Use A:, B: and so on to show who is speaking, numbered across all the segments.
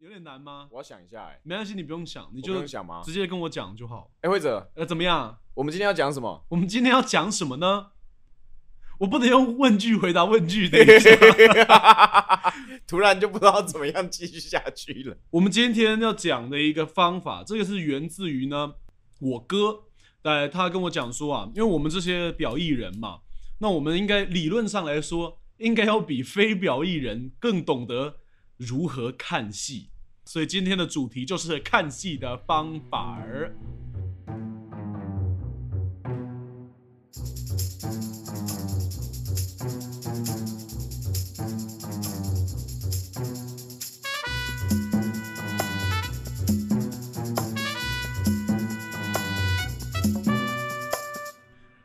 A: 有点难吗？
B: 我要想一下、哎，
A: 没关系，你不用想，你
B: 你
A: 就
B: 想吗？
A: 直接跟我讲就好。
B: 哎、慧哲，
A: 呃，怎么样？
B: 我们今天要讲什么？
A: 我们今天要讲什么呢？我不能用问句回答问句，等一 下。啊
B: 突然就不知道怎么样继续下去了。
A: 我们今天要讲的一个方法，这个是源自于呢，我哥，呃，他跟我讲说啊，因为我们这些表艺人嘛，那我们应该理论上来说，应该要比非表艺人更懂得如何看戏，所以今天的主题就是看戏的方法儿。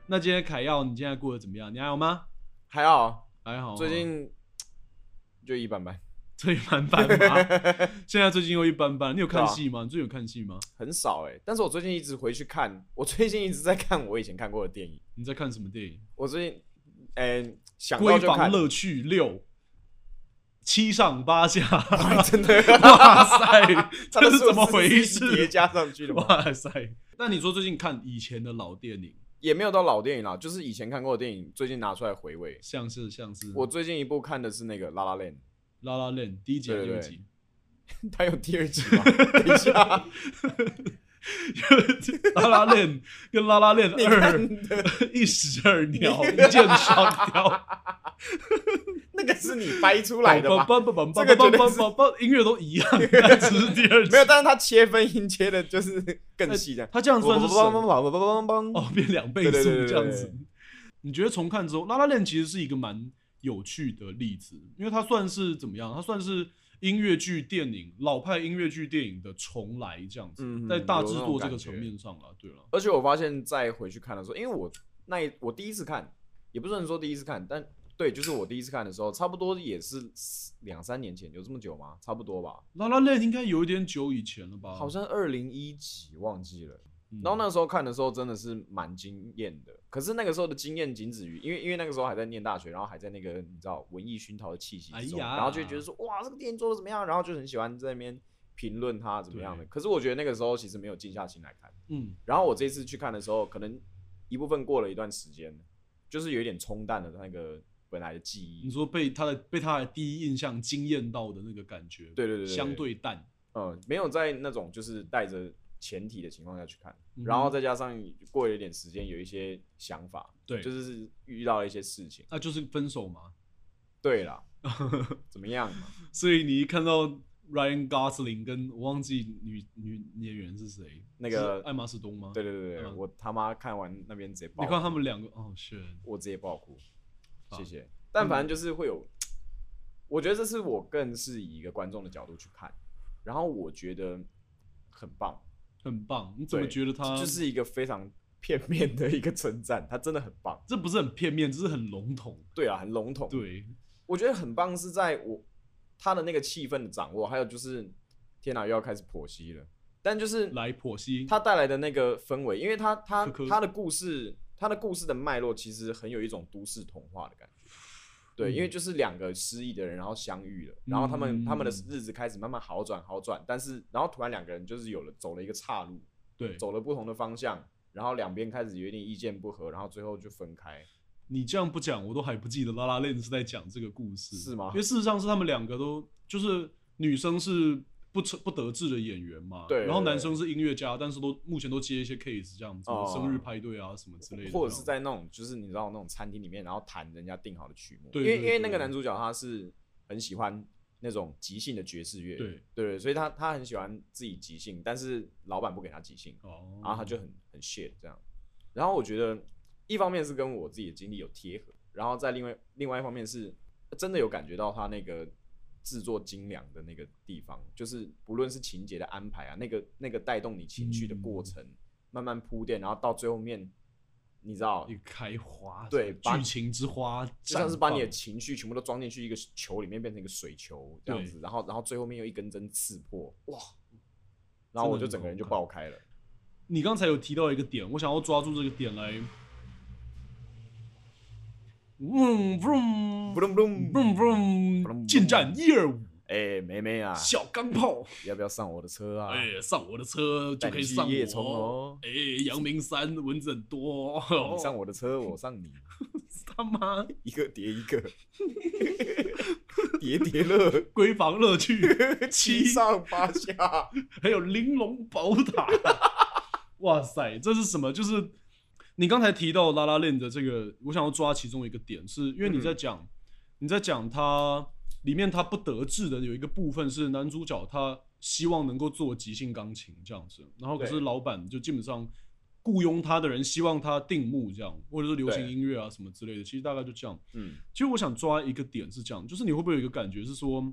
A: 那今天凯耀，你现在过得怎么样？你还好吗？
B: 还好，
A: 还好吗，啊
B: 最近就一般般，
A: 最近蛮般嘛，现在最近又一般般。你有看
B: 啊
A: 戏吗？你最近有看戏吗？
B: 很少哎、但是我最近一直回去看，我最近一直在看我以前看过的电影。
A: 你在看什么电影？
B: 我最近，哎、想
A: 《
B: 到
A: 闺
B: 就看
A: 房，乐趣六》七上八下，
B: 哎真的，
A: 哇塞，
B: 它的
A: 这是怎么
B: 数字
A: 回
B: 一
A: 事
B: 直叠加上去的吗？
A: 哇塞！那你说最近看以前的老电影，
B: 也没有到老电影啦，就是以前看过的电影，最近拿出来回味。
A: 像是像是
B: 我
A: 《
B: 最近一部看的是那个《拉拉 La n
A: 拉拉链》第一集还是第二集，
B: 它有第二集吗？等一下，
A: 《拉拉链》跟《拉拉链
B: 你
A: 二
B: 看》的
A: 一石二鸟，一箭双雕。
B: 那个是你掰出来的吧？
A: 梆梆梆梆梆
B: 这个绝对
A: 梆
B: 是
A: 梆梆音乐都一样， 但只是第二集
B: 没有，。但是它切分音切的就是更细这样。
A: 他这样算是什么
B: 哦
A: 哦，变两倍
B: 对对
A: 速
B: 对对
A: 这样
B: 对
A: 子。你觉得重看之后，《拉拉链》其实是一个蛮有趣的例子，因为它算是怎么样？它算是音乐剧电影老派音乐剧电影的重来这样子，
B: 嗯
A: 在大
B: 有
A: 制
B: 那种
A: 作这
B: 感
A: 个
B: 觉
A: 层面上了。对了，
B: 而且我发现再回去看的时候，因为我那一我第一次看，也不是能说第一次看，但对，就是我第一次看的时候，差不多也是两三年前，有这么久吗？差不多吧，
A: 《拉拉链》应该有一点久以前了吧？
B: 好像二零一几忘记了。
A: 嗯，
B: 然后那时候看的时候真的是蛮惊艳的，可是那个时候的惊艳仅止于，因为因为那个时候还在念大学，然后还在那个你知道文艺熏陶的气息之中，
A: 哎呀
B: 然后就觉得说哇这个电影做的怎么样，然后就很喜欢在那边评论它怎么样的。
A: 对
B: 可是我觉得那个时候其实没有静下心来看。
A: 嗯，
B: 然后我这次去看的时候，可能一部分过了一段时间，就是有一点冲淡了那个本来的记
A: 你
B: 忆。
A: 说被他的被他的第一印象惊艳到的那个感觉，
B: 对对对对
A: 相对淡。
B: 嗯，没有在那种就是带着前提的情况下去看，
A: 嗯哼
B: 然后再加上过了一点时间，有一些想法，
A: 对，
B: 就是是遇到了一些事情。
A: 那就是分手嘛。
B: 对 啦，怎么样嘛？
A: 所以你一看到 Ryan Gosling 跟我忘记女女女演员是谁，
B: 那个
A: 是艾玛斯东吗？
B: 对，对对对，
A: 嗯
B: 我他妈看完那边直接爆，
A: 你看他们啊两个，哦，是，
B: 我直接爆哭，
A: 好
B: 谢谢。但
A: 嗯
B: 反正就是会有，我觉得这是我更是以一个观众的角度去看，然后我觉得很棒，
A: 很棒。你怎么
B: 对
A: 觉得他
B: 就是一个非常片面的一个称赞，他真的很棒。
A: 这不是很片面，这是很笼统。
B: 对啊，很笼统。
A: 对，
B: 我觉得很棒是在我他的那个气氛的掌握，还有就是天哪、又要开始剖析了，但就是
A: 来剖析
B: 它带来的那个氛围，因为它它
A: 可可
B: 它的故事，它的故事的脉络其实很有一种都市童话的感觉。对，
A: 嗯
B: 因为就是两个失意的人，然后相遇了，然后他们、
A: 嗯
B: 他们的日子开始慢慢好转好转，但是然后突然两个人就是有了走了一个岔路，
A: 对，
B: 走了不同的方向，然后两边开始有点意见不合，然后最后就分开。
A: 你这样不讲，我都还不记得拉拉链是在讲这个故事，
B: 是吗
A: 因为事实上是他们两个都就是女生是不成不得志的演员嘛，
B: 对
A: 然后
B: 对
A: 男生是音乐家，但是都目前都接一些 case 这样子，
B: 哦
A: 生日派对啊什么之类的，
B: 或者是在那种就是你知道那种餐厅里面，然后弹人家定好的曲目，
A: 对
B: 因为
A: 对
B: 因为那
A: 对
B: 个男主角他是很喜欢那种即兴的爵士乐，
A: 对
B: 对，所以他他很喜欢自己即兴，但是老板不给他即兴，
A: 哦，
B: 啊然后他就很很 shit 这样。然后我觉得一方面是跟我自己的经历有贴合，然后再另外另外一方面是真的有感觉到他那个制作精良的那个地方，就是不论是情节的安排啊，那个那个带动你情绪的
A: 嗯
B: 过程，慢慢铺垫，然后到最后面，你知道
A: 一。个开花，
B: 对把
A: 剧情之花绽放，
B: 就像是把你的情绪全部都装进去一个球里面，变成一个水球这样
A: 对
B: 子，然后然后最后面又一根针刺破，哇！然后我
A: 真的很
B: 就整个人就
A: 好看
B: 爆开了。
A: 你刚才有提到一个点，我想要抓住这个点来，嗡嗡
B: 不隆不隆，
A: 嗡嗡，进站一二五，
B: 哎、妹妹啊，
A: 小钢炮，
B: 要不要上我的车啊？
A: 哎，上我的车就
B: 带
A: 可
B: 你
A: 以
B: 去
A: 上
B: 夜冲
A: 我。
B: 哦，
A: 哎，阳明山蚊子很多哦，
B: 你上我的 车，我上你，
A: 他妈
B: 一个叠一 个，叠叠乐，
A: 闺房乐趣，
B: 七上 八下，
A: 还有玲珑宝塔。 哇塞，这是什么？就是你刚才提到拉拉链的这个，我想要抓其中一个点，是因为你在
B: 嗯
A: 讲、你在讲他里面他不得志的有一个部分是男主角他希望能够做即兴钢琴这样子，然后可是
B: 对
A: 老板就基本上雇佣他的人希望他定目这样，或者是流行
B: 对
A: 音乐啊什么之类的，其实大概就这样。
B: 嗯，
A: 其实我想抓一个点是这样，就是你会不会有一个感觉是说，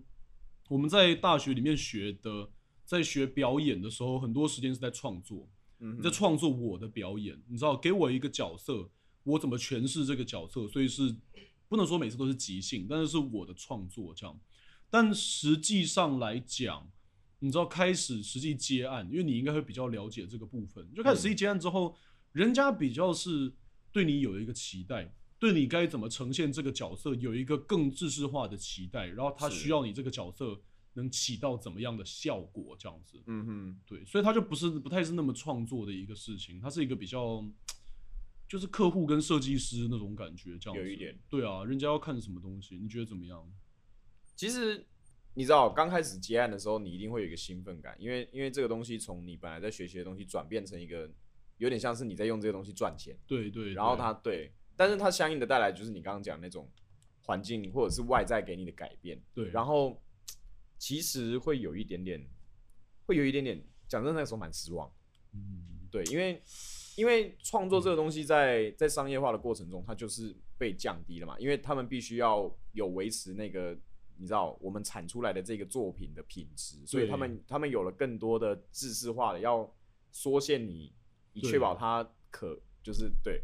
A: 我们在大学里面学的，在学表演的时候，很多时间是在创作，
B: 嗯
A: 你在创作我的表演，你知道，给我一个角色，我怎么诠释这个角色，所以是不能说每次都是即兴，但是是我的创作这样。但实际上来讲，你知道开始实际接案，因为你应该会比较了解这个部分。就开始实际接案之后，人家比较是对你有一个期待，对你该怎么呈现这个角色有一个更制式化的期待，然后他
B: 是
A: 需要你这个角色能起到怎么样的效果，这样子。
B: 嗯哼，
A: 对，所以它就不是不太是那么创作的一个事情，它是一个比较就是客户跟设计师那种感觉，这样
B: 有
A: 子
B: 一点。
A: 对啊，人家要看什么东西，你觉得怎么样？
B: 其实你知道，刚开始接案的时候，你一定会有一个兴奋感，因为因为这个东西从你本来在学习的东西转变成一个，有点像是你在用这个东西赚钱，
A: 对对
B: 然后
A: 对
B: 它对，但是它相应的带来就是你刚刚讲那种环境或者是外在给你的改变，
A: 对，
B: 然
A: 后
B: 后其实会有一点点，会有一点点，讲真的，那个时候蛮失望。
A: 嗯，
B: 对，因为因为创作这个东西在在商业化的过程中，它就是被降低了嘛，因为他们必须要有维持那个你知道我们产出来的这个作品的品质，所以他们他们有了更多的制式化的要缩限你，以
A: 对
B: 确保它可就是对，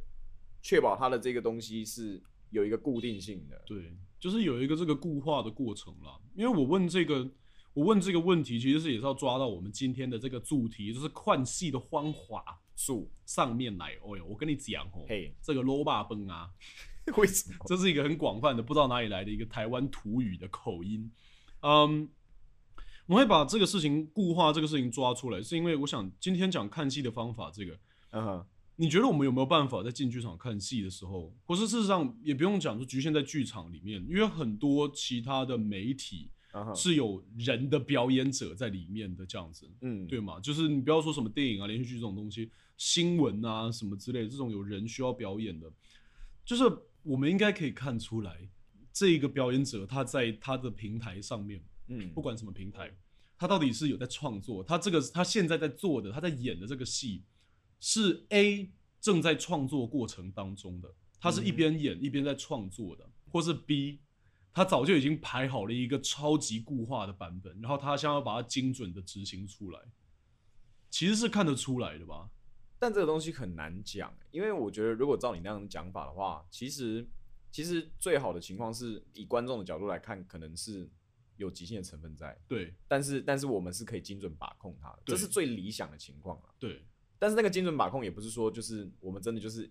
B: 确保它的这个东西是有一个固定性的。
A: 对，就是有一个这个固化的过程啦。因为我问这个，我问这个问题，其实是也是要抓到我们今天的这个主题，就是换戏的芳华
B: 素
A: 上面来。哦哟，我跟你讲哦，
B: 嘿，
A: 这个罗霸崩啊，
B: 为什么？
A: 这是一个很广泛的，不知道哪里来的一个台湾土语的口音。嗯，我会把这个事情固化，这个事情抓出来，是因为我想今天讲看戏的方法，这个
B: 嗯哼，
A: 你觉得我们有没有办法在进剧场看戏的时候，或是事实上也不用讲，就局限在剧场里面，因为很多其他的媒体
B: 嗯哼，
A: 是有人的表演者在里面的这样子。
B: 嗯，
A: 对，嘛？就是你不要说什么电影啊、连续剧这种东西，新闻啊什么之类的，这种有人需要表演的，就是我们应该可以看出来，这个表演者他在他的平台上面，
B: 嗯，
A: 不管什么平台，他到底是有在创作，他这个他现在在做的，他在演的这个戏是 A 正在创作过程当中的，他是一
B: 嗯
A: 边演一边在创作的，或是 B 他早就已经排好了一个超级固化的版本，然后他想要把它精准的执行出来，其实是看得出来的吧？
B: 但这个东西很难讲，欸因为我觉得如果照你那样的讲法的话，其实其实最好的情况是以观众的角度来看，可能是有极限的成分在，
A: 对
B: 但是但是我们是可以精准把控它的，
A: 对
B: 这是最理想的情况了。
A: 对
B: 但是那个精准把控也不是说就是我们真的就是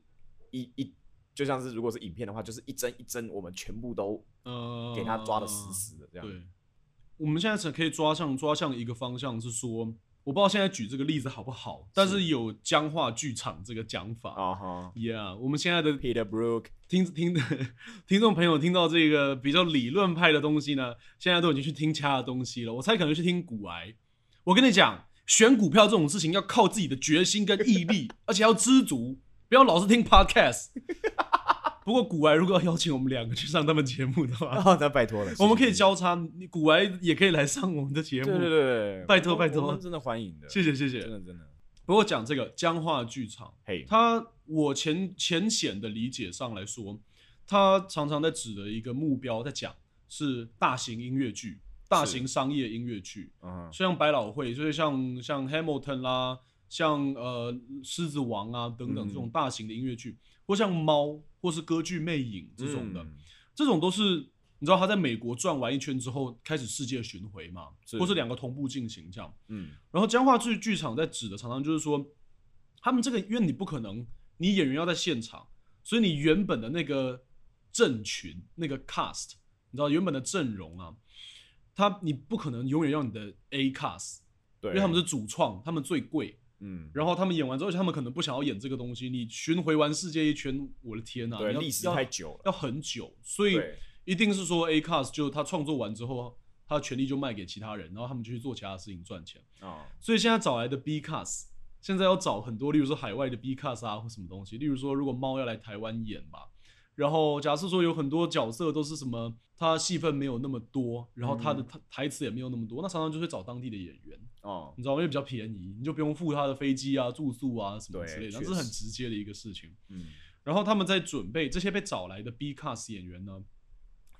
B: 一一就像是如果是影片的话，就是一帧一帧我们全部都
A: 呃，
B: 给它抓的死死的这样。
A: 对，我们现在只可以抓向抓向一个方向是说，我不知道现在举这个例子好不好，但是有僵化剧场这个讲法。
B: 啊哈、
A: Yeah，我们现在的
B: p e t e r Brook，
A: 听听听众朋友听到这个比较理论派的东西呢，现在都已经去听其他的东西了。我猜可能去听股癌。我跟你讲，选股票这种事情要靠自己的决心跟毅力， 而且要知足，不要老是听 podcast。不过股癌如果要邀请我们两个去上他们节目的话，
B: 啊， 那拜托了，
A: 我们可以
B: 谢谢
A: 交叉，你古玩也可以来上我们的节目。
B: 对对对，
A: 拜托
B: 我们
A: 拜托
B: 我们真的欢迎的，
A: 谢谢谢
B: 真
A: 谢。
B: 的真的，
A: 不过讲这个僵化剧场，
B: 嘿，
A: 它我浅浅显的理解上来说，它常常在指的一个目标在讲是大型音乐剧、大型商业音乐剧，
B: 嗯哼，
A: 像百老汇，就是像像 Hamilton 啦，像呃狮子王啊等等
B: 嗯
A: 这种大型的音乐剧，或像猫，或是歌剧《魅影》这种的。
B: 嗯
A: 这种都是你知道他在美国转完一圈之后开始世界巡回嘛，
B: 是
A: 或是两个同步进行这样。
B: 嗯
A: 然后僵化剧剧场在指的常常就是说，他们这个因为你不可能，你演员要在现场，所以你原本的那个阵群那个 cast，你知道原本的阵容啊，他你不可能永远要你的 A cast，
B: 对，
A: 因为他们是主创，他们最贵。
B: 嗯，
A: 然后他们演完之后，而且他们可能不想要演这个东西。你巡回完世界一圈，我的天呐、
B: 对，
A: 你要
B: 历史
A: 要
B: 太久了，
A: 要很久，所以
B: 对
A: 一定是说 A cast 就他创作完之后，他的权利就卖给其他人，然后他们就去做其他事情赚钱。
B: 啊，
A: 所以现在找来的 B cast，现在要找很多，例如说海外的 B cast 啊，或什么东西。例如说，如果猫要来台湾演吧，然后假设说有很多角色都是什么，他戏份没有那么多，然后他的
B: 嗯
A: 台台词也没有那么多，那常常就会找当地的演员。
B: 哦，
A: 你知道吗？因为比较便宜，你就不用付他的飞机啊、住宿啊什么
B: 对
A: 之类的，
B: 确
A: 这是很
B: 实
A: 直接的一个事情。
B: 嗯，
A: 然后他们在准备这些被找来的 B cast 演员呢，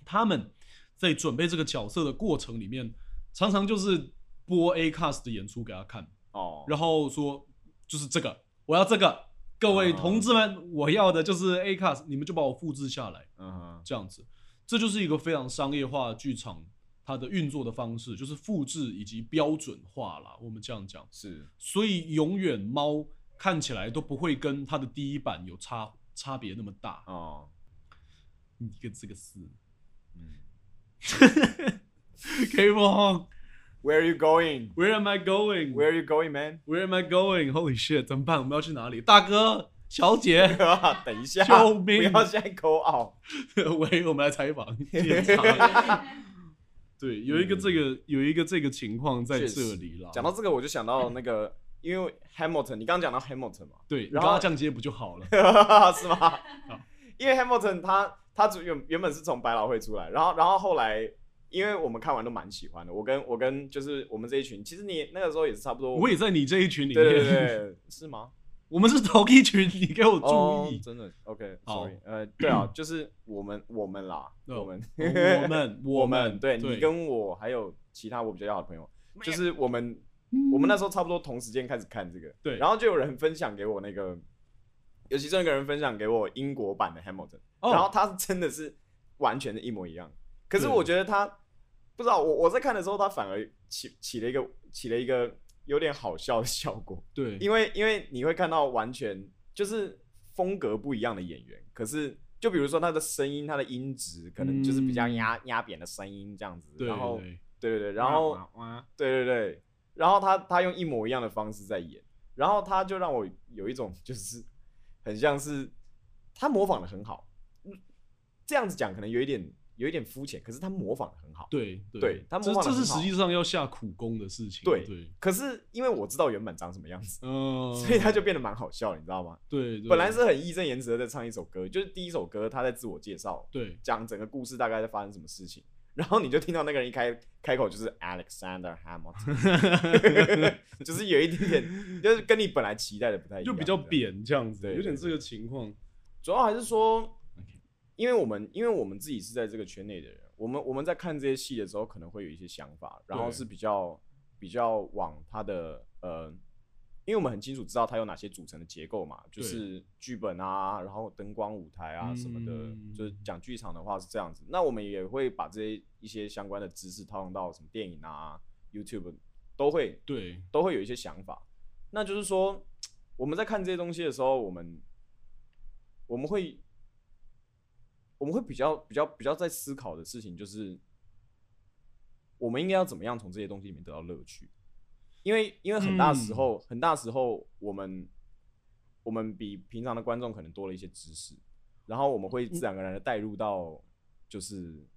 A: 他们在准备这个角色的过程里面，常常就是播 A cast 的演出给他看，
B: 哦，
A: 然后说就是这个，我要这个，各位
B: 哦
A: 同志们，我要的就是 A cast，你们就把我复制下来。
B: 嗯哼，
A: 这样子，这就是一个非常商业化剧场它的运作的方式，就是复制以及标准化啦。我们这样讲，
B: 是，
A: 所以永远猫看起来都不会跟它的第一版有差差别那么大。
B: 哦，
A: 你跟这个是
B: 嗯
A: K 风
B: ，Where are you going?
A: ，Where am I going?
B: Where are you going, man?
A: Where am I going? Holy shit！怎么办？我们要去哪里？大哥，小姐，
B: 等一下，
A: 救
B: 不
A: 命
B: 要现在口 拗。
A: 喂，我们来采访检查。对，有一个这个，有一个这个情况在
B: 确实
A: 这里啦。
B: 讲到这个，我就想到那个，因为 Hamilton，你刚刚讲到 Hamilton 嘛，
A: 对，你
B: 然
A: 刚
B: 后
A: 刚降阶不就 好了？
B: 是吗？因为 Hamilton 他他主原原本是从百老汇出来，然后然后后来，因为我们看完都蛮喜欢的，我跟我跟就是我们这一群，其实你那个时候也是差不多，
A: 我也在你这一群里
B: 对
A: 面，
B: 对对对，是吗？
A: 我们是同一群，你给我
B: 哦
A: 注意。
B: 真的 OK，
A: 好
B: sorry，呃，对啊，就是我们我们啦，
A: 对
B: 我们
A: 我们，
B: 我
A: 我
B: 们，对
A: 对
B: 你跟我还有其他我比较要好的朋友，就是我们我们那时候差不多同时间开始看这个，
A: 对
B: 然后就有人分享给我那个，有其中一个人分享给我英国版的 Hamilton，、
A: 哦
B: 然后他真的是完全的一模一样，可是
A: 对
B: 我觉得他不知道我我在看的时候，他反而起起了一个起了一个有点好笑的效果，
A: 对，
B: 因为因为你会看到完全就是风格不一样的演员，可是就比如说他的声音，他的音质可能就是比较
A: 嗯
B: 压压扁的声音这样子，
A: 对
B: 然后
A: 对
B: 对对对，然后对对对，然后他他用一模一样的方式在演，然后他就让我有一种就是很像是他模仿的很好，嗯这样子讲可能有一点有一点肤浅，可是他模仿的很好，
A: 对
B: 对他
A: 这
B: 模仿
A: 这
B: 得
A: 是实
B: 很好
A: 际上要下苦功的事情。
B: 对
A: 对，
B: 可是因为我知道原本长什么样子，
A: 嗯，
B: 所以他就变得蛮好笑，你知道吗？
A: 对，对
B: 本来是很义正言辞的在唱一首歌，就是第一首歌他在自我介绍，
A: 对
B: 讲整个故事大概在发生什么事情，然后你就听到那个人一开开口就是 Alexander Hamilton，就是 有一点点，就是跟你本来期待的不太一样，
A: 就比较
B: 这样。
A: 扁这样子，
B: 对
A: 有点
B: 对
A: 这个情况。
B: 主要还是说
A: OK，
B: 因为我们因为我们自己是在这个圈内的人，我们我们在看这些戏的时候可能会有一些想法，然后
A: 对
B: 是比较比较往他的呃。因为我们很清楚知道它有哪些组成的结构嘛，就
A: 对
B: 是剧本啊，然后灯光、舞台啊什么的，
A: 嗯
B: 就是讲剧场的话是这样子。那我们也会把这些一些相关的知识套用到什么电影啊、YouTube 都会
A: 对
B: 都会有一些想法。那就是说，我们在看这些东西的时候，我们我们会我们会比较比较比较在思考的事情就是，我们应该要怎么样从这些东西里面得到乐趣？因为因为很大时候、很大时候我们我们比平常的观众可能多了一些知识，然后我们会自然而然的带入到就是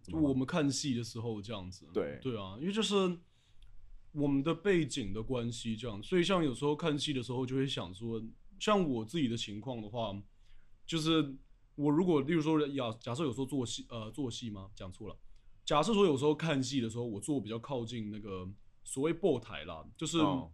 B: 怎么了
A: 我们看戏的时候这样子。
B: 对
A: 对啊，因为就是我们的背景的关系，这样，所以像有时候看戏的时候就会想说，像我自己的情况的话，就是我如果例如说假假设有时候做戏，呃，做戏吗？讲错了。假设说有时候看戏的时候，我坐比较靠近那个所谓播台啦，就是
B: 哦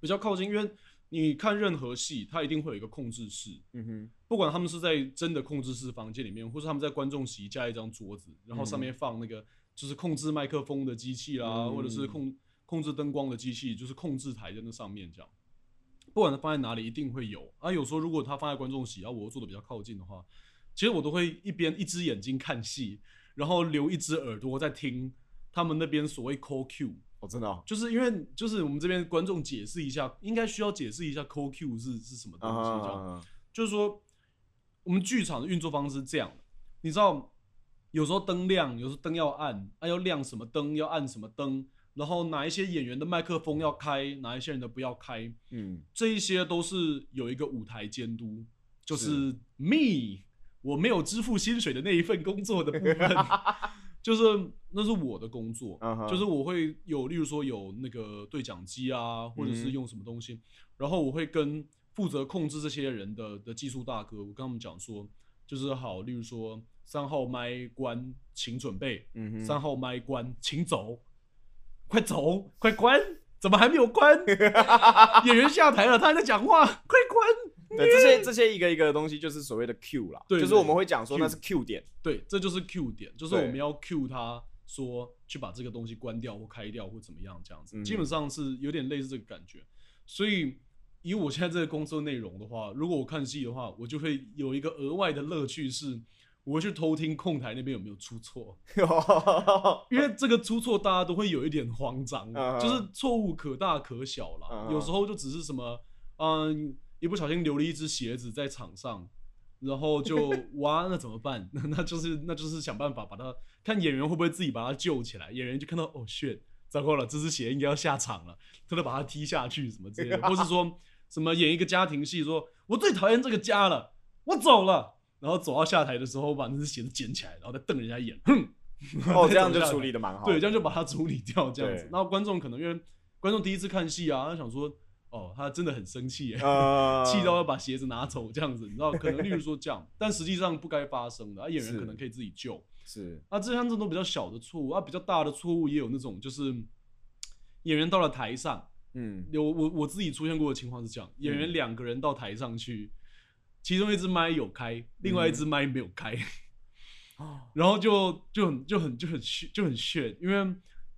A: 比较靠近，因为你看任何戏，它一定会有一个控制室，
B: 嗯哼
A: 不管他们是在真的控制室房间里面，或是他们在观众席架一张桌子，然后上面放那个就是控制麦克风的机器啦，
B: 嗯
A: 或者是控控制灯光的机器，就是控制台在那上面这样。不管它放在哪里，一定会有。啊，有时候如果它放在观众席，啊，我又坐的比较靠近的话，其实我都会一边一只眼睛看戏，然后留一只耳朵在听他们那边所谓 call cue，
B: 哦真的哦、
A: 就是因为就是我们这边观众解释一下，应该需要解释一下 call cue 是是什么东
B: 啊
A: 西这样。就是说，我们剧场的运作方式是这样的，你知道，有时候灯亮，有时候灯要暗，啊要亮什么灯，要暗什么灯，然后哪一些演员的麦克风要开，哪一些人的不要开，
B: 嗯，
A: 这一些都是有一个舞台监督，就是是 me，我没有支付薪水的那一份工作的部分，就是那是我的工作
B: 嗯哼
A: 就是我会有，例如说有那个对讲机啊，或者
B: 嗯哼
A: 是用什么东西，然后我会跟负责控制这些人的的技术大哥，我跟他们讲说，就是好，例如说三号麦关，请准备，
B: 嗯哼
A: 三号麦关，请走，快走，快关，怎么还没有 关？演员下台了，他还在讲话，快关。
B: 对，这些这些一个一个的东西就是所谓的 Q 啦，
A: 对
B: 就是
A: 对
B: 我们会讲说
A: cue
B: 那是 Q 点，
A: 对，这就是 Q 点，就是
B: 对
A: 我们要 Q 他说去把这个东西关掉或开掉或怎么样这样子，
B: 嗯
A: 基本上是有点类似这个感觉。所以以我现在这个工作内容的话，如果我看戏的话，我就会有一个额外的乐趣是。我会去偷听控台那边有没有出错，
B: 哦
A: 因为这个出错大家都会有一点慌张
B: 嗯，
A: 就是错误可大可小
B: 嗯
A: 啦。
B: 嗯
A: 有时候就只是什么，嗯，一不小心留了一只鞋子在场上，然后 就哇，那怎么办？ 那就是那就是想办法把它看演员会不会自己把它救起来。演员就看到哦 shit，糟糕了，这只鞋应该要下场了，他就把它踢下去什么之类 的，或是说什么演一个家庭戏，说我最讨厌这个家了，我走了。然后走到下台的时候，把那只鞋子捡起来，然后再瞪人家一眼，哼，
B: 哦，这样就处理的蛮好的，
A: 对，这样就把它处理掉，这样子
B: 对。
A: 那观众可能因为观众第一次看戏啊，他想说，哦，他真的很生气耶，
B: 呃
A: 气到要把鞋子拿走这样子，你知道？可能例如说这 样，但实际上不该发生的，啊，演
B: 是
A: 员可能可以自己救。
B: 是
A: 啊，这像这种比较小的错误，啊，比较大的错误也有那种就是演员到了台上，
B: 嗯
A: 有我我自己出现过的情况是这样，演员
B: 嗯
A: 两个人到台上去，其中一只麦有开，另外一
B: 嗯
A: 只麦没有开。
B: 哦
A: 然后就就很就很就很炫就很炫，因为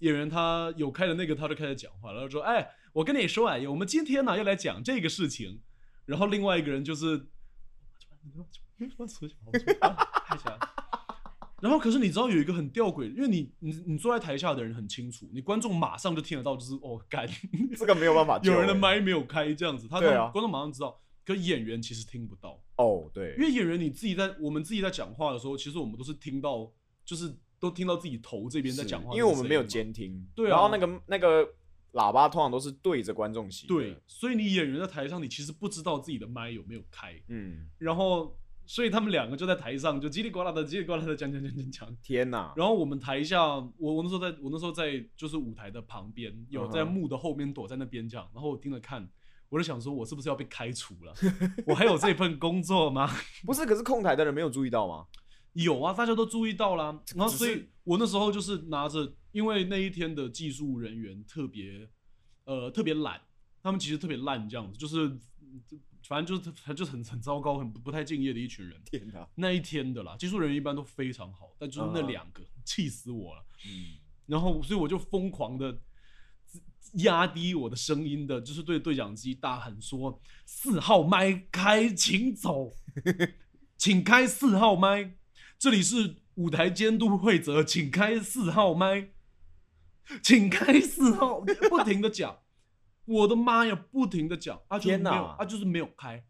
A: 演员他有开的那个他就开始讲话，然后说：“哎，我跟你说啊，我们今天呢、要来讲这个事情。”然后另外一个人就是，呃啊然后可是你知道有一个很吊诡，因为你你你坐在台下的人很清楚，你观众马上就听得到，就是哦，干，
B: 这个没有办法救欸，
A: 有人的麦没有开这样子，他
B: 对啊
A: 观众马上知道，可演员其实听不到。
B: 哦，对，
A: 因为演员你自己在我们自己在讲话的时候，其实我们都是听到，就是都听到自己头这边在
B: 是
A: 讲话，
B: 因为我们没有。监听，
A: 对啊
B: 然后那个那个喇叭通常都是对着观众席，
A: 对，，所以你演员在台上，你其实不知道自己的麦有没有开，
B: 嗯，
A: 然后，所以他们两个就在台上就叽里呱啦的叽里呱啦的讲讲讲讲讲，
B: 天哪，
A: 然后我们台下，我我那时候在我那时候在就是舞台的旁边，有在
B: 嗯哼
A: 幕的后面躲在那边讲，然后我盯着看，我就想说，我是不是要被开除 了？我还有这份工作吗？
B: 不是，可是控台的人没有注意到吗？
A: 有啊，大家都注意到啦。然后，
B: 只
A: 所以
B: 是
A: 我那时候就是拿着，因为那一天的技术人员特别，呃，特别懒，他们其实特别烂这样子，就是嗯就反正就是他就是很很糟糕，很不不太敬业的一群人。
B: 天哪，
A: 那一天的啦，技术人员一般都非常好，但就是那
B: 嗯
A: 两个，气死我了。
B: 嗯，
A: 然后，所以我就疯狂的压低我的声音的，就是对对讲机大喊说：“四号麦开，请走，请开四号麦，这里是舞台监督会则，请开四号麦，请开四号，不停的讲，我的妈呀，不停的讲，啊就是
B: 天
A: 没
B: 哪
A: 有，啊就是没有开。”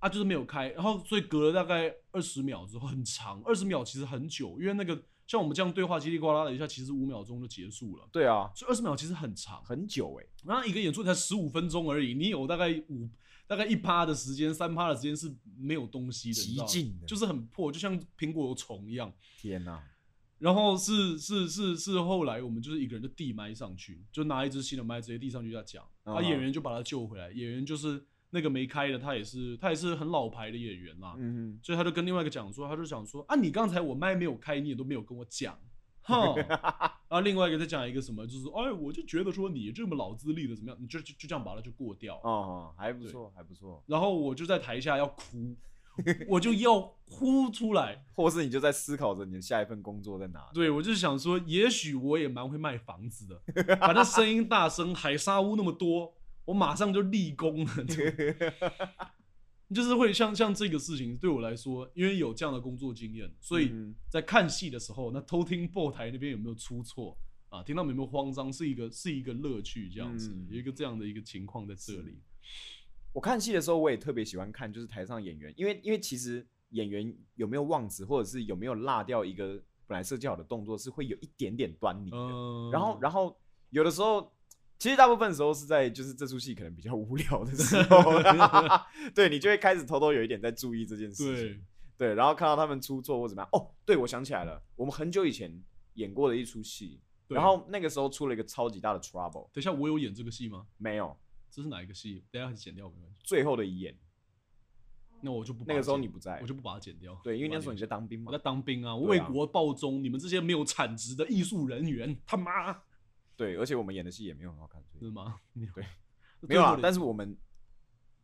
A: 啊，就是没有开，然后所以隔了大概二十秒之后，很长，二十秒其实很久，因为那个像我们这样对话叽里呱啦的一下，其实五秒钟就结束了，
B: 对啊，
A: 所以二十秒其实很长。
B: 很久哎，
A: 然后一个演出才十五分钟而已，你有大概五大概一趴的时间，三趴的时间是没有东西的，你知道吗
B: 极尽的
A: 就是很破，就像苹果有虫一样。
B: 天哪，
A: 然后是是是是，后来我们就是一个人就递麦上去，就拿一支新的麦直接递上去在讲，
B: 嗯
A: 啊，演员就把他救回来，演员就是那个没开的，他也是他也是很老牌的演员啦，
B: 嗯
A: 所以他就跟另外一个讲说，他就讲说啊，你刚才我麦没有开，你也都没有跟我讲， 哼。然后另外一个再讲一个什么，就是哎，我就觉得说你这么老资历的怎么样，你就就就这样把它就过掉。
B: 哼，哦，还不错，还不错，
A: 然后我就在台下要哭，我就要哭出来。
B: 或是你就在思考着你的下一份工作在哪里，
A: 对我就是想说，也许我也蛮会卖房子的，反正声音大声，海沙屋那么多，我马上就立功了。 就是会像像这个事情对我来说，因为有这样的工作经验，所以
B: 嗯
A: 在看戏的时候，那偷听播台那边有没有出错啊，听到有没有慌张，是一个是一个乐趣，这样子、
B: 嗯
A: 有一个这样的一个情况在这里。
B: 我看戏的时候，我也特别喜欢看，就是台上演员，因为因为其实演员有没有忘词，或者是有没有落掉一个本来设计好的动作是会有一点点端倪的。
A: 嗯，
B: 呃然后，然后有的时候，其实大部分时候是在就是这出戏可能比较无聊的时 候，对你就会开始偷偷有一点在注意这件事情。
A: 对，
B: 对，然后看到他们出错或怎么样。哦，对，我想起来了，我们很久以前演过的一出戏，
A: 对
B: 然后那个时候出了一个超级大的 trouble，
A: 等一下我有演这个戏吗？
B: 没有
A: 这是哪一个戏？等一下剪掉没关系。
B: 最后的遗言，
A: 那我就不把它
B: 那个时候
A: 剪
B: 你不在
A: 我就不把它剪掉。
B: 对，因为那时候
A: 晚
B: 你
A: 点
B: 在当兵嘛
A: 我在。当兵啊，我
B: 对
A: 为
B: 啊
A: 国报忠，你们这些没有产值的艺术人员，他妈
B: 对，而且我们演的戏也没有很好看，所
A: 是
B: 以
A: 吗？ 对，
B: 没有啊。但
A: 是
B: 是我们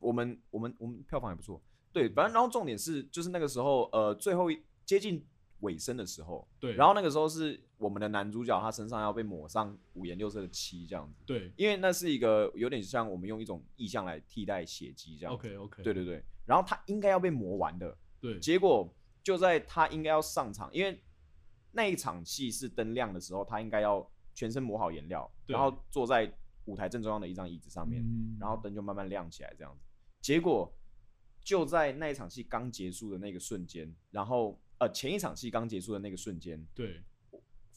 B: 我们我们我们票房也不错。对，反正
A: 嗯
B: 然后重点是，就是那个时候，呃，最后一接近尾声的时候，
A: 对，
B: 然
A: 后
B: 后那个时候是我们的男主角他身上要被抹上五颜六色的漆，这样子，
A: 对
B: 因为那是一个有点像我们用一种意象来替代血迹这样子。
A: ，OK OK，
B: 对对对，然后他应该要被磨完的，
A: 对
B: 结果就在他应该要上场，因为那一场戏是灯亮的时候，他应该要全身抹好颜料，
A: 对
B: 然后坐在舞台正中央的一张椅子上面，
A: 嗯
B: 然后灯就慢慢亮起来这样子。结果就在那一场戏刚结束的那个瞬间，然后呃前一场戏刚结束的那个瞬间，
A: 对，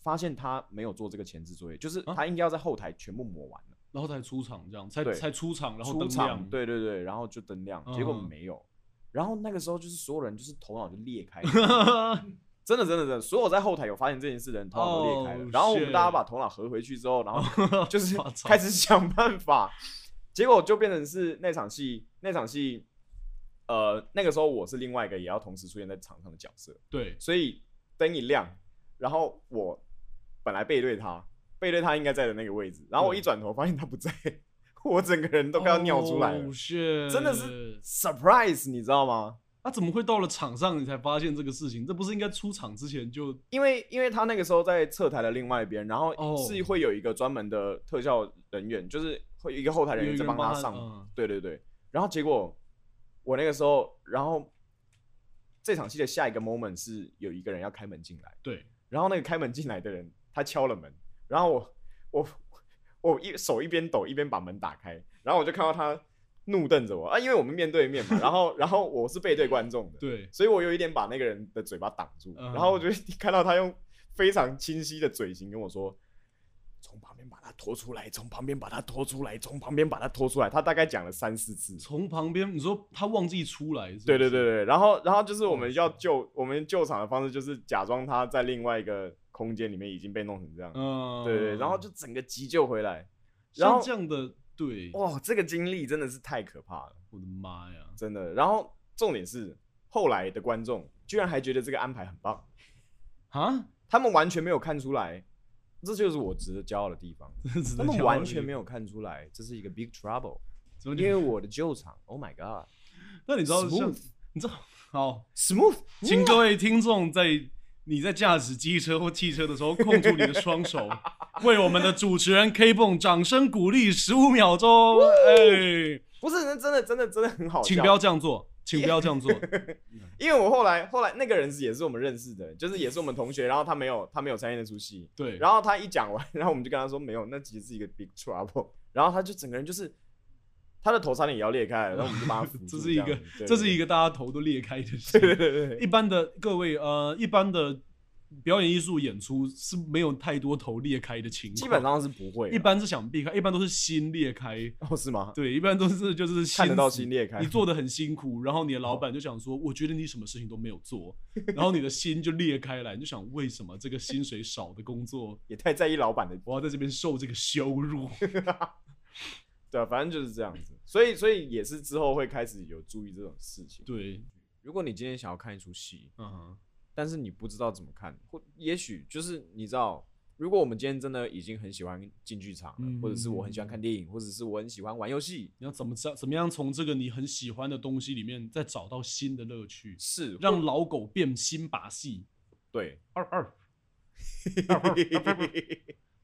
B: 发现他没有做这个前置作业，就是
A: 啊
B: 他应该要在后台全部抹完了，
A: 然后才出场这样，才
B: 对
A: 才出嗯场，然后
B: 出
A: 灯
B: 场
A: 亮，
B: 对对对，然后就灯亮，结果
A: 嗯
B: 没有。然后那个时候就是所有人就是头脑就裂 开了真的真的真的，所有在后台有发现这件事的人头脑都裂开了。
A: Oh,
B: 然后我们
A: shit.
B: 大家把头脑合回去之后，然后就是
A: 哦 我操
B: 开始想办法，结果就变成是那场戏，那场戏，呃，那个时候我是另外一个也要同时出现在场上的角色，
A: 对
B: 所以灯一亮，然后我本来背对他，背对他应该在的那个位置，然后我
A: 对
B: 一转头发现他不在， 我整个人都快要尿出来了
A: Oh, shit
B: 真的是 surprise，你知道吗？
A: 他怎么会到了场上你才发现这个事情？这不是应该出场之前就
B: 因为因为他那个时候在侧台的另外一边，然后
A: 哦
B: 是会有一个专门的特效人员，就是会有一个后台人
A: 有
B: 员
A: 一
B: 在
A: 个人
B: 帮他
A: 他
B: 上，
A: 嗯
B: 对对对。然后结果我那个时候，然后这场戏的下一个 moment 是有一个人要开门进来，
A: 对，
B: 然后那个开门进来的人他敲了门，然后我我我一手一边抖一边把门打开，然后我就看到他怒瞪着我啊，因为我们面对面嘛，然后然后我是背对观众的，
A: 对，
B: 所以我有一点把那个人的嘴巴挡住，
A: 嗯
B: 然后我就 看到他用非常清晰的嘴型跟我说：“从旁边把他拖出来，从旁边把他拖出来，从旁边把他拖出来。”他大概讲了三四次。
A: 从旁边你说他忘记出来是不是，
B: 对对对对，然后然后
A: 哦
B: 就是我们要救我们救场的方式就是假装他在另外一个空间里面已经被弄成这样，
A: 嗯，嗯
B: 对对，然后就整个急救回来。然
A: 像
B: 后
A: 这样的，对，
B: 哇，这个经历真的是太可怕了，
A: 我的妈呀！
B: 真的。然后重点是后来的观众居然还觉得这个安排很棒。
A: 啊，
B: 他们完全没有看出来，这就是我值得骄傲的地方。
A: 他
B: 他们完全没有看出来，这是一个 big trouble，
A: 怎么
B: 因为
A: 你？
B: 我的救场，Oh my
A: 那你知道像
B: Smooth 啊
A: 你知道好，
B: God，smooth，
A: 请各位听众在你在驾驶机车或汽车的时候，控住你的双手，为我们的主持人 K Bone 掌声鼓励十五秒钟。哎，
B: 不是，真的真的真的很好笑，
A: 请不要这样做，请不要这样 做。
B: 因为我后来后来那个人是也是我们认识的，就是也是我们同学，然后他没有他没有参与那出戏，
A: 对，
B: 然后他一讲完，然后我们就跟他说没有，那其实是一个 big trouble，然后他就整个人就是他的头差点也要裂开了，然后我们就把他扶
A: 这
B: 住
A: 是一
B: 样子，
A: 个
B: 对
A: 这是一，个大家头都裂开的事
B: 对。对对对对，
A: 一般的各位呃，一般的表演艺术演出是没有太多头裂开的情况，
B: 基本上是不会啊，
A: 一般是想避开，一般都是心裂开。
B: 哦是吗？
A: 对，一般都是就是心
B: 看得到
A: 死
B: 心裂开
A: 你做的很辛苦，然后你的老板就想说，我觉得你什么事情都没有做， 然后你的心就裂开来，你就想为什么这个薪水少的工作，
B: 也太在意老板的
A: 我要在这边受这个羞 辱？
B: 对啊，反正就是这样子。所以，所以也是之后会开始有注意这种事情。
A: 对，
B: 如果你今天想要看一出戏，
A: 嗯哼，
B: 但是你不知道怎么看，或也许就是你知道，如果我们今天真的已经很喜欢进剧场了，
A: 嗯
B: 或者是我很喜欢看电影，或者是我很喜欢玩游戏，
A: 你要怎么知道怎么样从这个你很喜欢的东西里面再找到新的乐趣，
B: 是或
A: 让老狗变新把戏？
B: 对，
A: 二二，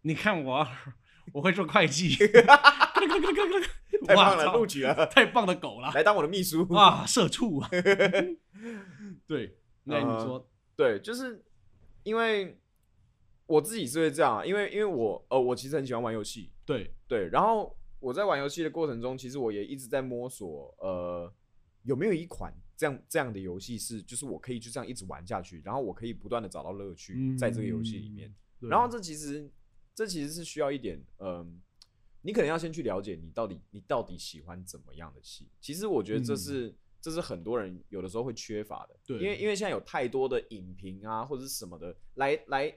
A: 你看我，我会做会 计，
B: 太
A: 太
B: 棒了，录取了，
A: 太棒的狗了，
B: 来当我的秘书。
A: 啊，社畜 啊。对，那你
B: 呃
A: 说，
B: 对，就是因为我自己是会这样啊，因为因为我呃，我其实很喜欢玩游戏，
A: 对，
B: 对，然后我在玩游戏的过程中，其实我也一直在摸索，呃，有没有一款这样这样的游戏是，就是我可以就这样一直玩下去，然后我可以不断的找到乐趣在这个游戏里面。
A: 嗯对
B: 然后这其实这其实是需要一点，嗯，你可能要先去了解你到底你到底喜欢怎么样的戏。其实我觉得这是、这是很多人有的时候会缺乏的，
A: 嗯对
B: 因为因为现在有太多的影评啊或者是什么的来来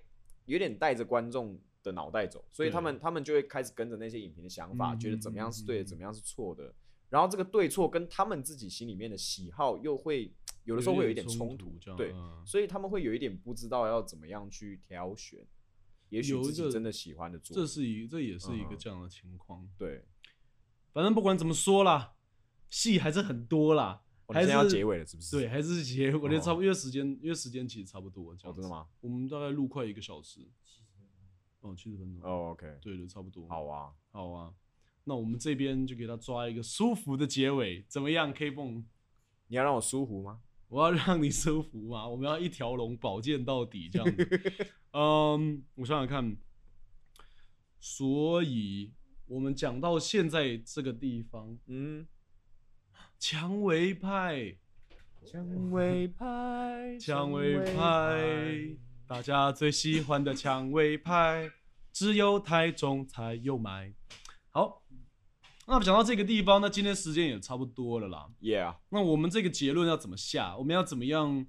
B: 有点带着观众。的脑袋走，所以
A: 对
B: 他们他们就会开始跟着那些影评的想法，
A: 嗯
B: 觉得怎么样是对
A: 嗯
B: 的，
A: 嗯
B: 怎么样是错的。然后这个对错跟他们自己心里面的喜好又会有的时候会有一点冲突，
A: 这样
B: 对，
A: 嗯
B: 所以他们会有一点不知道要怎么样去挑选，也许
A: 有一
B: 自己
A: 个
B: 真的喜欢的作
A: 这
B: 品，
A: 是一这也是一
B: 嗯
A: 个
B: 哼
A: 这样的情况。
B: 对。
A: 反正不管怎么说啦，戏还是很多啦，
B: 我
A: 还
B: 们
A: 是
B: 哦现在要结尾了，是不是？
A: 对，，还是结尾，我觉得
B: 哦
A: 差不多，因为时间因为时间其实差不多这
B: 哦，
A: 样
B: 真
A: 子。
B: 的吗？
A: 我们大概录快一个小时，哦，七十分钟。
B: 哦，OK，
A: 对对，差不多。，
B: 好啊，
A: 好啊，那我们这边就给他抓一个舒服的结尾，怎么样？K 蹦，
B: 你要让我舒服吗？
A: 我要让你舒服嘛，我们要一条龙保健到底这样子。嗯，我想想看，所以我们讲到现在这个地方，
B: 嗯，
A: 蔷薇派，
B: 蔷 薇派，
A: 蔷薇派，大家最喜欢的蔷薇派，只有台中才有卖。好，那讲到这个地方，那今天时间也差不多了啦。
B: ，Yeah，
A: 那我们这个结论要怎么下？我们要怎么样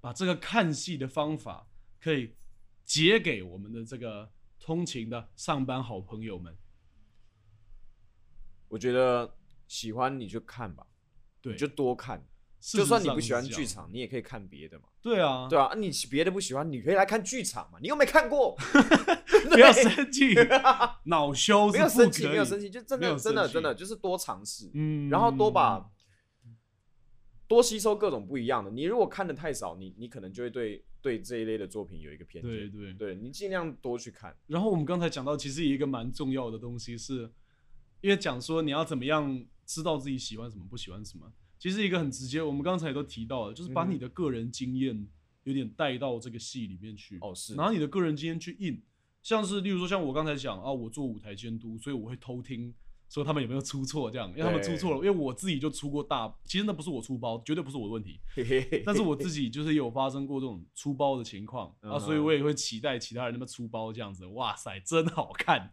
A: 把这个看戏的方法可以解给我们的这个通勤的上班好朋友们？
B: 我觉得喜欢你就看吧，
A: 对，
B: 你就多看，
A: 事实
B: 就算你
A: 上
B: 不
A: 是
B: 喜欢
A: 这
B: 剧
A: 样，
B: 场，你也可以看别的嘛。
A: 对啊，
B: 对啊，啊你别的不喜欢，你可以来看剧场嘛，你又没看 过，
A: 不要生 气，恼羞是
B: 没有生气，
A: 不可以
B: 没有生气，就真
A: 没有
B: 的
A: 生
B: 真的
A: 气
B: 真的就是多尝试，
A: 嗯，
B: 然后多把多吸收各种不一样的。你如果看的太少，你你可能就会对对这一类的作品有一个偏见。
A: 对对
B: 对你尽量多去看，
A: 然后我们刚才讲到，其实有一个蛮重要的东西是，因为讲说你要怎么样知道自己喜欢什么，不喜欢什么，其实一个很直接，我们刚才也都提到了，就是把
B: 嗯哼
A: 你的个人经验有点带到这个戏里面去。
B: 哦是
A: 拿你的个人经验去印，像是例如说像我刚才讲啊，我做舞台监督，所以我会偷听。说他们有没有出错？这样，因为他们出
B: 对
A: 错了，因为我自己就出过大，其实那不是我出包，绝对不是我的问题，
B: 嘿嘿嘿
A: 但是我自己就是有发生过这种出包的情况
B: 嗯
A: 啊，所以我也会期待其他人那么出包这样子。哇塞，真好 看！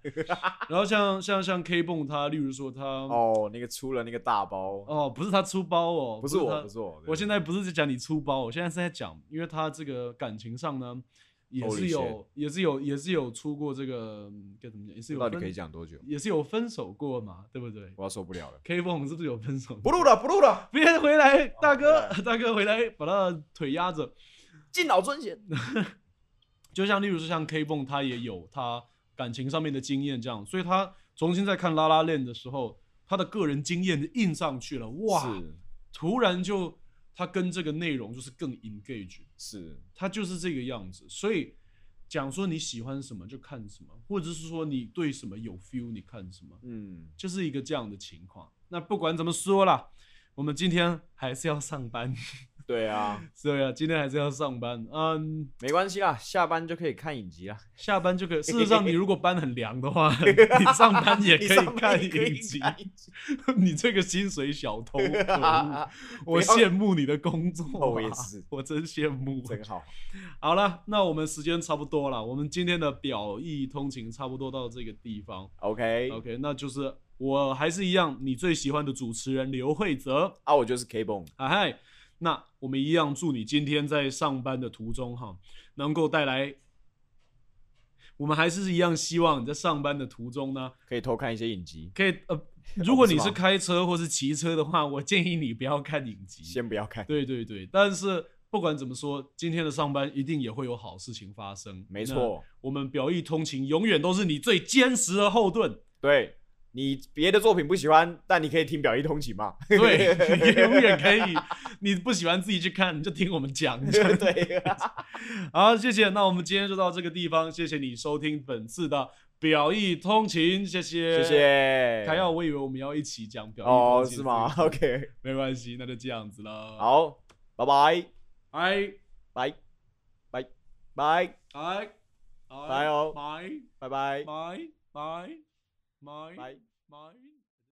A: 然后像像像 K 蹦他，例如说他哦
B: 哦，那个出了那个大包，
A: 不是他出包哦，
B: 不是
A: 他
B: 我，不是我，对
A: 我现在哦不是在讲你出包，我现在是在讲，因为他这个感情上呢，也
B: Holy
A: 是有
B: shit
A: 也是有也是有出过这个嗯该怎么讲，也是有
B: 到底
A: 分
B: 可以讲多久？
A: 也是有分手过嘛，对不对
B: 我要受不了了，
A: ？K 蹦是不是有分手过？
B: 不录了，哦不录了，
A: 别回来，大哥
B: 回来，
A: 大哥回来，把他的腿压着。
B: 敬老尊贤。
A: 就像例如说像 K 蹦，他也有他感情上面的经验这样，所以他重新在看拉拉链的时候，他的个人经验印上去了，哇，突然就他跟这个内容就是更 engage，
B: 是是，
A: 他就是这个样子，所以。讲说你喜欢什么就看什么，或者是说你对什么有 feel 你看什么，
B: 嗯，
A: 就是一个这样的情况。那不管怎么说啦，我们今天还是要上班，
B: 对啊，
A: 对啊，今天还是要上班。嗯，
B: 没关系啦，下班就可以看影集啦。
A: 下班就 可以。事实上，你如果班很凉的话， 你上班也可
B: 你
A: 以
B: 上班
A: 看
B: 也可
A: 影
B: 以
A: 集。哦
B: 看影集
A: 你这个薪水小 偷，可恶我羡慕你的工作、啊。
B: 哦我也是
A: 我真羡慕。啊
B: 真好。
A: 好了，那我们时间差不多了，我们今天的表意通勤差不多到这个地方。
B: OK，
A: OK，那就是我还是一样，你最喜欢的主持人刘慧泽。
B: 啊，我就是 K Bone，
A: 啊嗨，那我们一样祝你今天在上班的途中哈，能够带来。我们还是一样希望你在上班的途中呢，
B: 可以偷看一些影集，
A: 可以呃，如果你
B: 是
A: 是
B: 吗
A: 开车或是骑车的话，我建议你不要看影集。
B: 先不要看。
A: 对对对，但是不管怎么说，今天的上班一定也会有好事情发生。
B: 没，错，
A: 我们表意通勤永远都是你最坚实的后 盾。
B: 对你别的作品不喜欢，但你可以听表意通勤嘛。
A: 对， 你永远可以，你不喜欢自己去看，你就听我们讲。 这样
B: 对，
A: 好，谢谢。那我们今天就到这个地方，谢谢你收听本次的表意通勤，谢谢，
B: 谢。 谢。
A: 还要我以为我们要一起讲表意
B: 哦，
A: 通勤
B: 是吗
A: 这个词
B: ？OK，
A: 没关系，那就这样子了。，
B: 好，拜拜，
A: 拜
B: 拜，拜，拜，
A: 拜
B: 拜哦
A: 拜拜
B: 拜拜，
A: 拜拜
B: 拜。
A: 拜。